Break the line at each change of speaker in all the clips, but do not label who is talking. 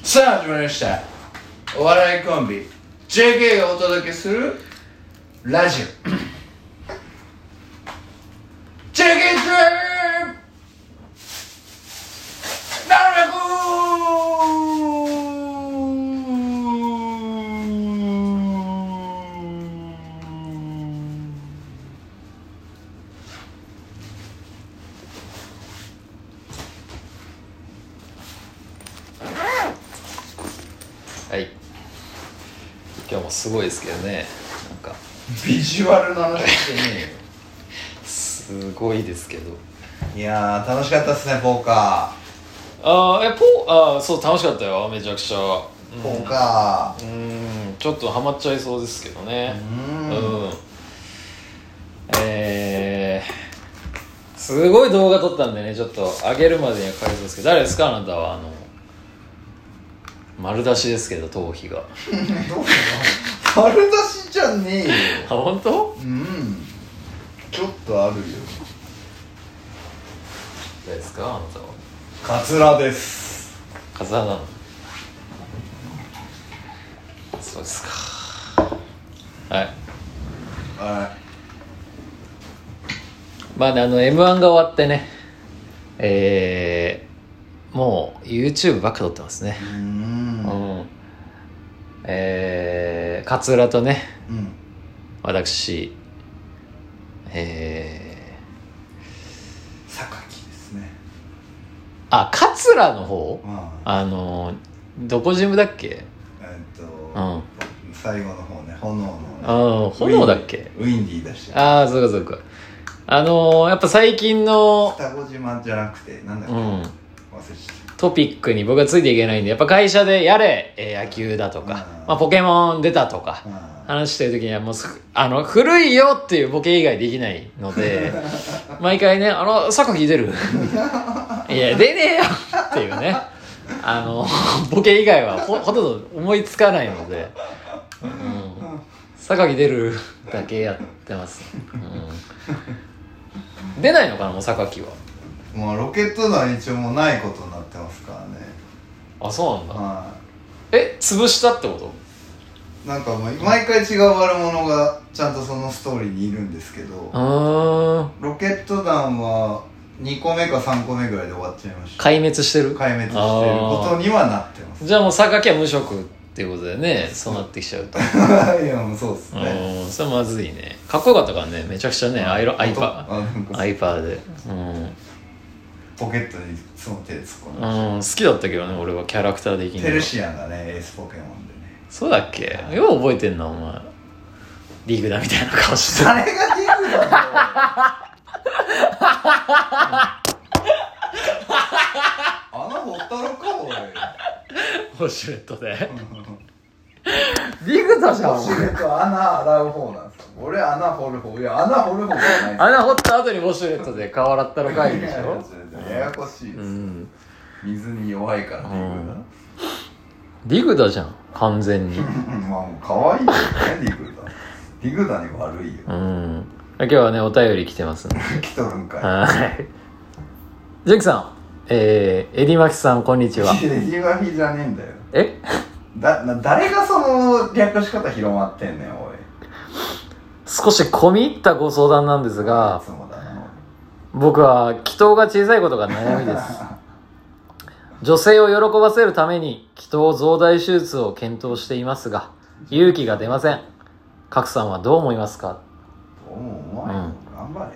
ましたお笑いコンビ JK がお届けするラジオ JK トゥーなるべ
はい今日もすごいですけどねなんか
ビジュアルの話してねえよ
すごいですけど
いやー楽しかったっすねポーカ
あーえポーあーそう楽しかったよめちゃくちゃ
ーポーカ
うーんちょっとハマっちゃいそうですけどね
うん
えー、すごい動画撮ったんでねちょっと上げるまでにはかかりそうですけど誰ですかあなたはあの丸出しですけど頭皮が
ーどうかな 丸出しじゃねえよ
あ本当
うんちょっとあるよ
誰ですかあなたは
カツラです
風穴なのそうですかはい
は
まあねあの m 1が終わってねえー、もう YouTube ばっか撮ってますね
いー
うんんえー、勝浦とね
うん
私え
榊ですね
ー、あ勝浦の方
うん
あのどこジムだっけ
えっと、
うん
最後の方ね炎のね
あ炎だっけ
ウィンディー出してる
ああそうかそうかあのー、やっぱ最近の
双子島じゃなくてなんだっ
う
け、忘
ん
れちゃった
トピックに僕はついていけないんで、やっぱ会社でやれ、えー野球だとか、
うん
まあ、ポケモン出たとか、話してる時にはもうすぐ、あの、古いよっていうボケ以外できないの で、毎回ね、あの、榊出るいや、出ねえよっていうね、あの、ボケ以外はほほとんど思いつかないので、うん、榊出るだけやってます。うん、出ないのかな、もう榊は。
うんもうロケット団一応もうないことになってますからね
あ、そうなんだ。
は
え、潰したってこと
いなんかもう毎回違う悪者がちゃんとそのストーリーにいるんですけど
うーん。
ロケット団は2個目か3個目ぐらいで終わっちゃいました
壊滅してる
壊滅してることにはなってます
じゃあもう榊は無職っていうことだよねそうなってきちゃうと
いやもうそうっす
う
ね
んそれはまずいねかっこよかったからねめちゃくちゃねアイロアイパ
あなん
ー
か
アイパーでうん、
ポケットにその手突っ込んで
うん、好きだったけどね俺はキャラクター的
ペル
に
シアンがねエースポケモンでね
そうだっけよう覚えてんなお前リーグだみたいな顔して た
誰がディ グだろ穴ほったろかおい
ポシュレット で
リグだじゃんシュレット穴洗う方なんですよ俺穴掘る方いや穴掘る方じゃない
穴掘った後にウォシュレットで顔洗ったのかいでしょ
ややこしいです、
うん
水に弱いからリグ
リグダじゃん完全に
だ、 まあもう可愛いよねリグだリグだに悪いよ
うん今日はねお便り来てますんで
来とるんかい
はい。ジェイクさん、えー、エディマキさん、こんにちは。
いやリガフィじゃねえんだよ
え
だな誰がその略し方広まってんねんおい
少し込み入ったご相談なんです
い
が、
つもだな
僕は祈祷が小さいことが悩み です。女性を喜ばせるために祈祷増大手術を検討していますが、勇気が出ません。角さんはどう思いますか
おうお前、
うん
頑張れ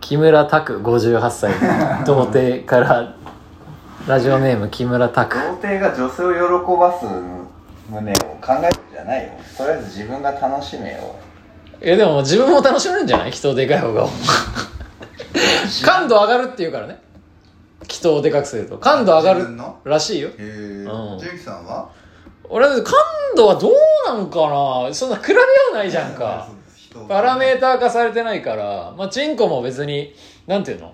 木村拓58歳、童貞から、ラジオネーム木村拓。
童貞が女性を喜ばす胸を考えるんじゃないよとりあえず自分が楽しめよ
え、でも自分も楽しめるんじゃない人でかい方が。感度上がるっていうからね。祈祷をでかくすると。感度上が
自
る
分の
らしいよ。
へえ
うん
ジュンキさんは
俺、感度はどうなんかなそんな比べようないじゃん か。
人
パラメーター化されてないから、まあ、チンコも別に、なんていうの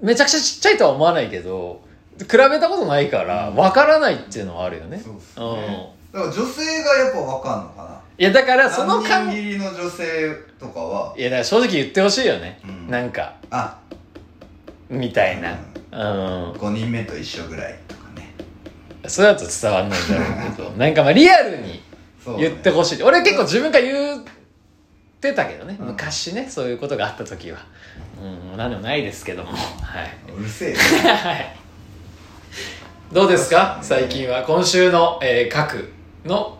めちゃくちゃちっちゃいとは思わないけど、比べたことないから、わからないっていうのはあるよね。
そうっす
うん
ねだから女性がやっぱわかんのか
いや、だから
な
その
感
感、
切りの女性とかはい
や、だから正直言ってほしいよね。
うん
なんか、
あ
みたいな。うん。
5人目と一緒ぐらいとかね
それだと伝わんないんだろう けどなんかまあリアルに
そうね
言ってほしい、俺結構自分から言ってたけどね、
うん
昔ねそういうことがあった時はうん何でもないですけどもはいう
るせえよ
はいどうですか最近は今週の、えー、核の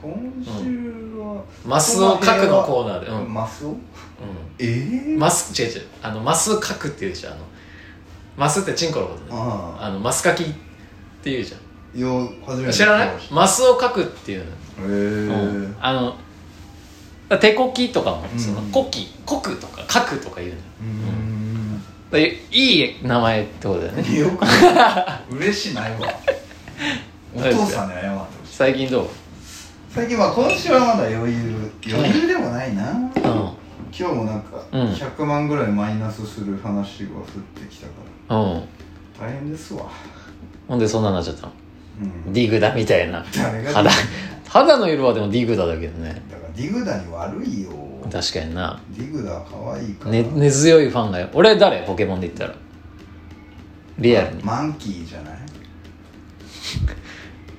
今週は、
マスを書くのコーナーで
う
うん
ん、マスを
う
ええ
んマス違う違うあのマス書くっていうじゃんあのマスってチンコのことね
あ
あのマス書きっていうじ
あよう初
ゃん
めて
知らない
へ
マスを書くっていうの
え
うんあのだ手こきとかも
うん
そのこきこくとか書くとか言うのよ
うん
だいい名前ってことだよね
よく嬉 しないわお父さんに謝ってほしい
最近どう
最近は今週はまだ余裕余裕でもないな
うん
今日もなんか
うん
100万ぐらいマイナスする話が降ってきたから
うん
大変ですわ
ほんでそんなになっちゃったの
うん
ディグダみたいな
誰が
肌肌の色はでもディグダだけどね
だからディグダに悪いよ
確かにな、
ディグダ可愛いから、
ね、根強いファンがよ俺誰ポケモンで言ったらリアルに
マンキーじゃない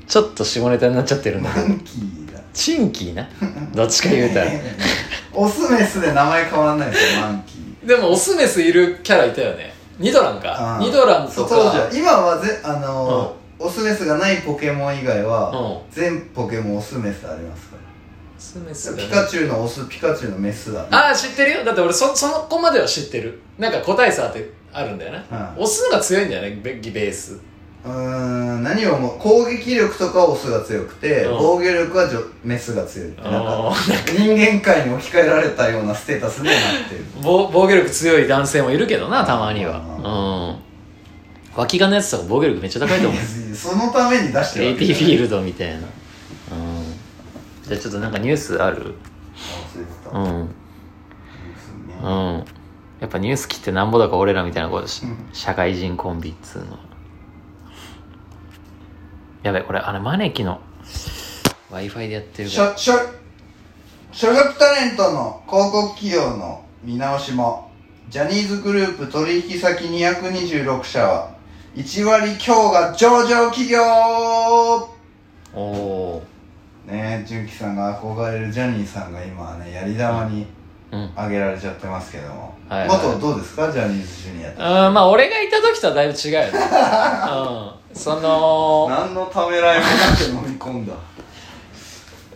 ちょっと下ネタになっちゃってるんだ け
マ
ど
ンキーだ
チンキーなどっちか言うたら
オスメスで名前変わんないですよマンキー
でもオスメスいるキャラいたよねニドランか
うん
ニドラン
そ
と
う当時は
か
今はぜあのーオスメスがないポケモン以外は、
うんオ
全ポケモンオスメスありますから
スメスだ
ピ
ね
カチュウのオスピカチュウのメスだね
ああ知ってるよだって俺そその子までは知ってるなんか個体差ってあるんだよね、
う
オスのが強いんだよねベギベース
うーん何をも攻撃力とかはオスが強くて、
うん
防御力はジョメスが強いってなんか
あー
人間界に置き換えられたようなステータスにはなってる
防防御力強い男性もいるけどなたまに
う
はうん脇がのやつとか防御力めっちゃ高いと思 う
そのために出してる
AT
わ
フィ
けじゃない
ールドみたいなうんじゃあちょっとなんかニュースある
忘れてた
うん
です
う
ね
んやっぱニュース切ってなんぼだか俺らみたいなことし
うん
社会人コンビっつうのやべこれあれ招きの w i f i でやってる
し
から
ょしょ所属タレントの広告企業の見直しもジャニーズグループ取引先226社は1割強が上場企業
おお
ねえ純喜さんが憧れるジャニーさんが今はねやり玉に
ーうん
挙げられちゃってますけども、
はいはい
元どうですかジャニーズジュニアって
うんまあ俺がいた時とはだいぶ違う よね、うん、その
何のためらいもなく飲み込 んだ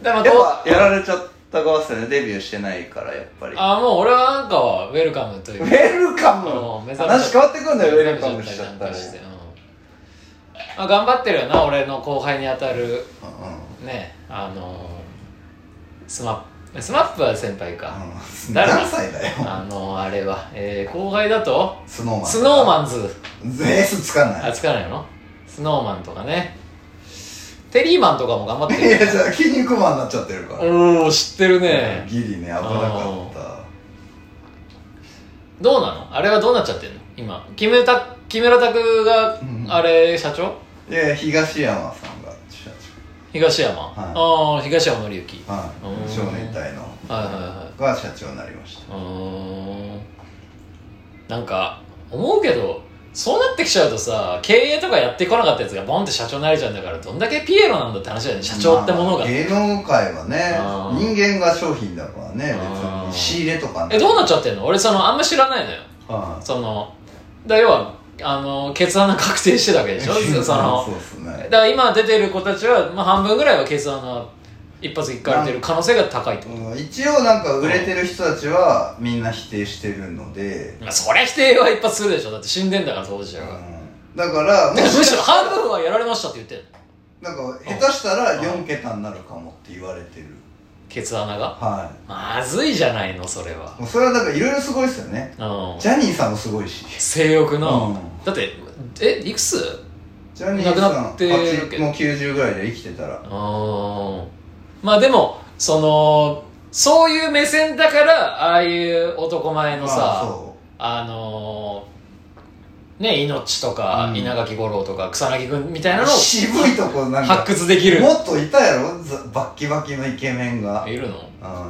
でも
やっ
どう
ぱやられちゃった側っすよねデビューしてないからやっぱり
あもう俺はなんかはウェルカムという
ウェルカム
もう目覚めちゃ
話変わってくんだよウェルカムしちゃ
な
っ
ん
たら
かして、うんまあ、頑張ってるよな俺の後輩に当たる
う
ねあのスマップスマップは先輩か、
ん
誰
何歳だよ
あのあれは、えー後輩だと
スノーマン
スノーマンズ
ンエースつかな
あ
い
つかないのスノーマンとかねテリーマンとかも頑張って
いや
る
じゃあ筋肉マンになっちゃってるから
おお知ってるね
ギリね危なかった
どうなのあれはどうなっちゃってんの今木村拓木村拓が
うん
あれ社長
いや東山さんが社
東山、ああ東山紀之
長は
うん
い少年隊の
はいはいは
が社長になりました
いうーんなんか思うけどそうなってきちゃうとさ経営とかやってこなかったやつがボンって社長になれちゃうんだからどんだけピエロなんだって話だよね社長ってもの
ま
が、
あ芸能界はね
あー
人間が商品だからね別
あー
に仕入れとかね
えどうなっちゃってんの俺そのあんま知らないのよ
は
そのだ要はあの決断が確定してたわけ
い
でしょその
そうっすね
だから今出てる子たちは、まあ、半分ぐらいは決断が一発一かれてる可能性が高いと
うん一応なんか売れてる人たちはみんな否定してるので、
まあそりゃ否定は一発するでしょだって死んでんだから当事者
う
が、
んだから
て
も
か
し
むしろ半分はやられましたって言ってる
なんか下手したら4桁になるかもって言われてる
ケツ穴が
は
まずいじゃないのそれはい
もうそれはなんかいろいろすごいですよね
うん
ジャニーさんもすごいし
性欲の、
うん
だってえいくつ
ジャニーさ
亡くなんってるけ
80
ど
もう90ぐらいで生きてたら
うんまあでもそのそういう目線だからああいう男前の
まあ
さ
そ
あのーね命とか、
うん
稲垣吾郎とか草薙君みたいな
う
のを
渋いとこなんか
発掘できる
もっといたやろざバッキバキのイケメンが、
いるの、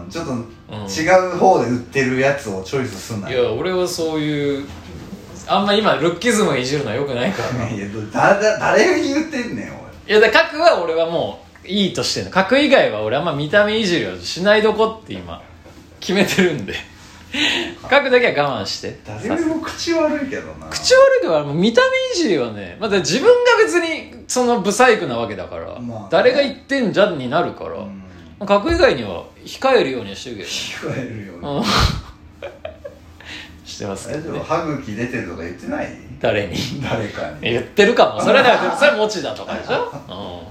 うん、ちょっと
うん、
違う方で売ってるやつをチョイスすんないよ
や俺はそういう あんま今ルッキズムいじるのはよくないから
いやだだ誰に言ってんねんおい
いやだから角は俺はもういいとしてるの角以外は俺あんま見た目いじりはしないどこって今決めてるんで角だけは我慢して
誰よりも口悪いけどな
口悪いけどあれも見た目いじりはねまた自分が別にその不細工なわけだから、
まあね
誰が言ってんじゃんになるから、
うん
角以外には控えるようにはしてるけ
聞こえるよ、ね
ど、うんしてますけ
大丈
ど
夫
ね
歯茎出てるとか言ってない
誰に
誰かに
言ってるかもそれだよそれ持ちだとかでしょ、う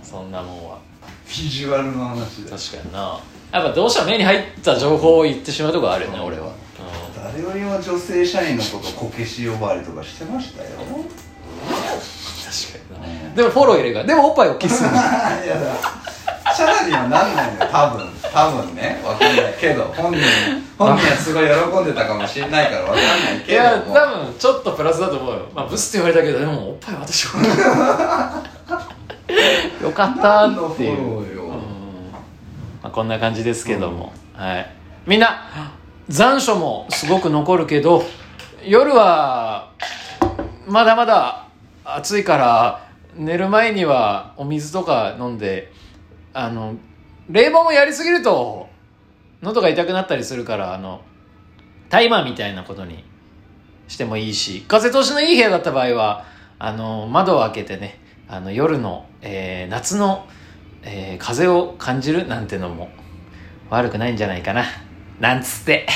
ん、そんなもんは
ビジュアルの話で
確かになやっぱどうしても目に入った情報を言ってしまうとこあるよね俺は、
誰よりも女性社員のことこけし呼ばわりとかしてましたよ
確かになでもフォロー入れるからでもおっぱいをキス
いやだチャラにはなんないよ多分多分ねわかんないけど本人本人はすごい喜んでたかもしれないからわかんない
い
け
や
ども
多分ちょっとプラスだと思うよまあブスって言われたけどでもおっぱい私は よかった
何の
っ
フ
ていう
ォローよ、
まあ、こんな感じですけども、はい、みんな残暑もすごく残るけど夜はまだまだ暑いから寝る前にはお水とか飲んであの冷房もやりすぎると喉が痛くなったりするからあのタイマーみたいなことにしてもいいし風通しのいい部屋だった場合はあの窓を開けてねあの夜の、えー夏の、えー風を感じるなんてのも悪くないんじゃないかななんつって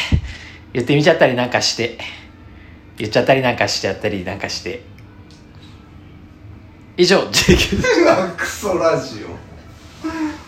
言ってみちゃったりなんかして言っちゃったりなんかしちゃったりなんかして以上 JK
うわクソラジオ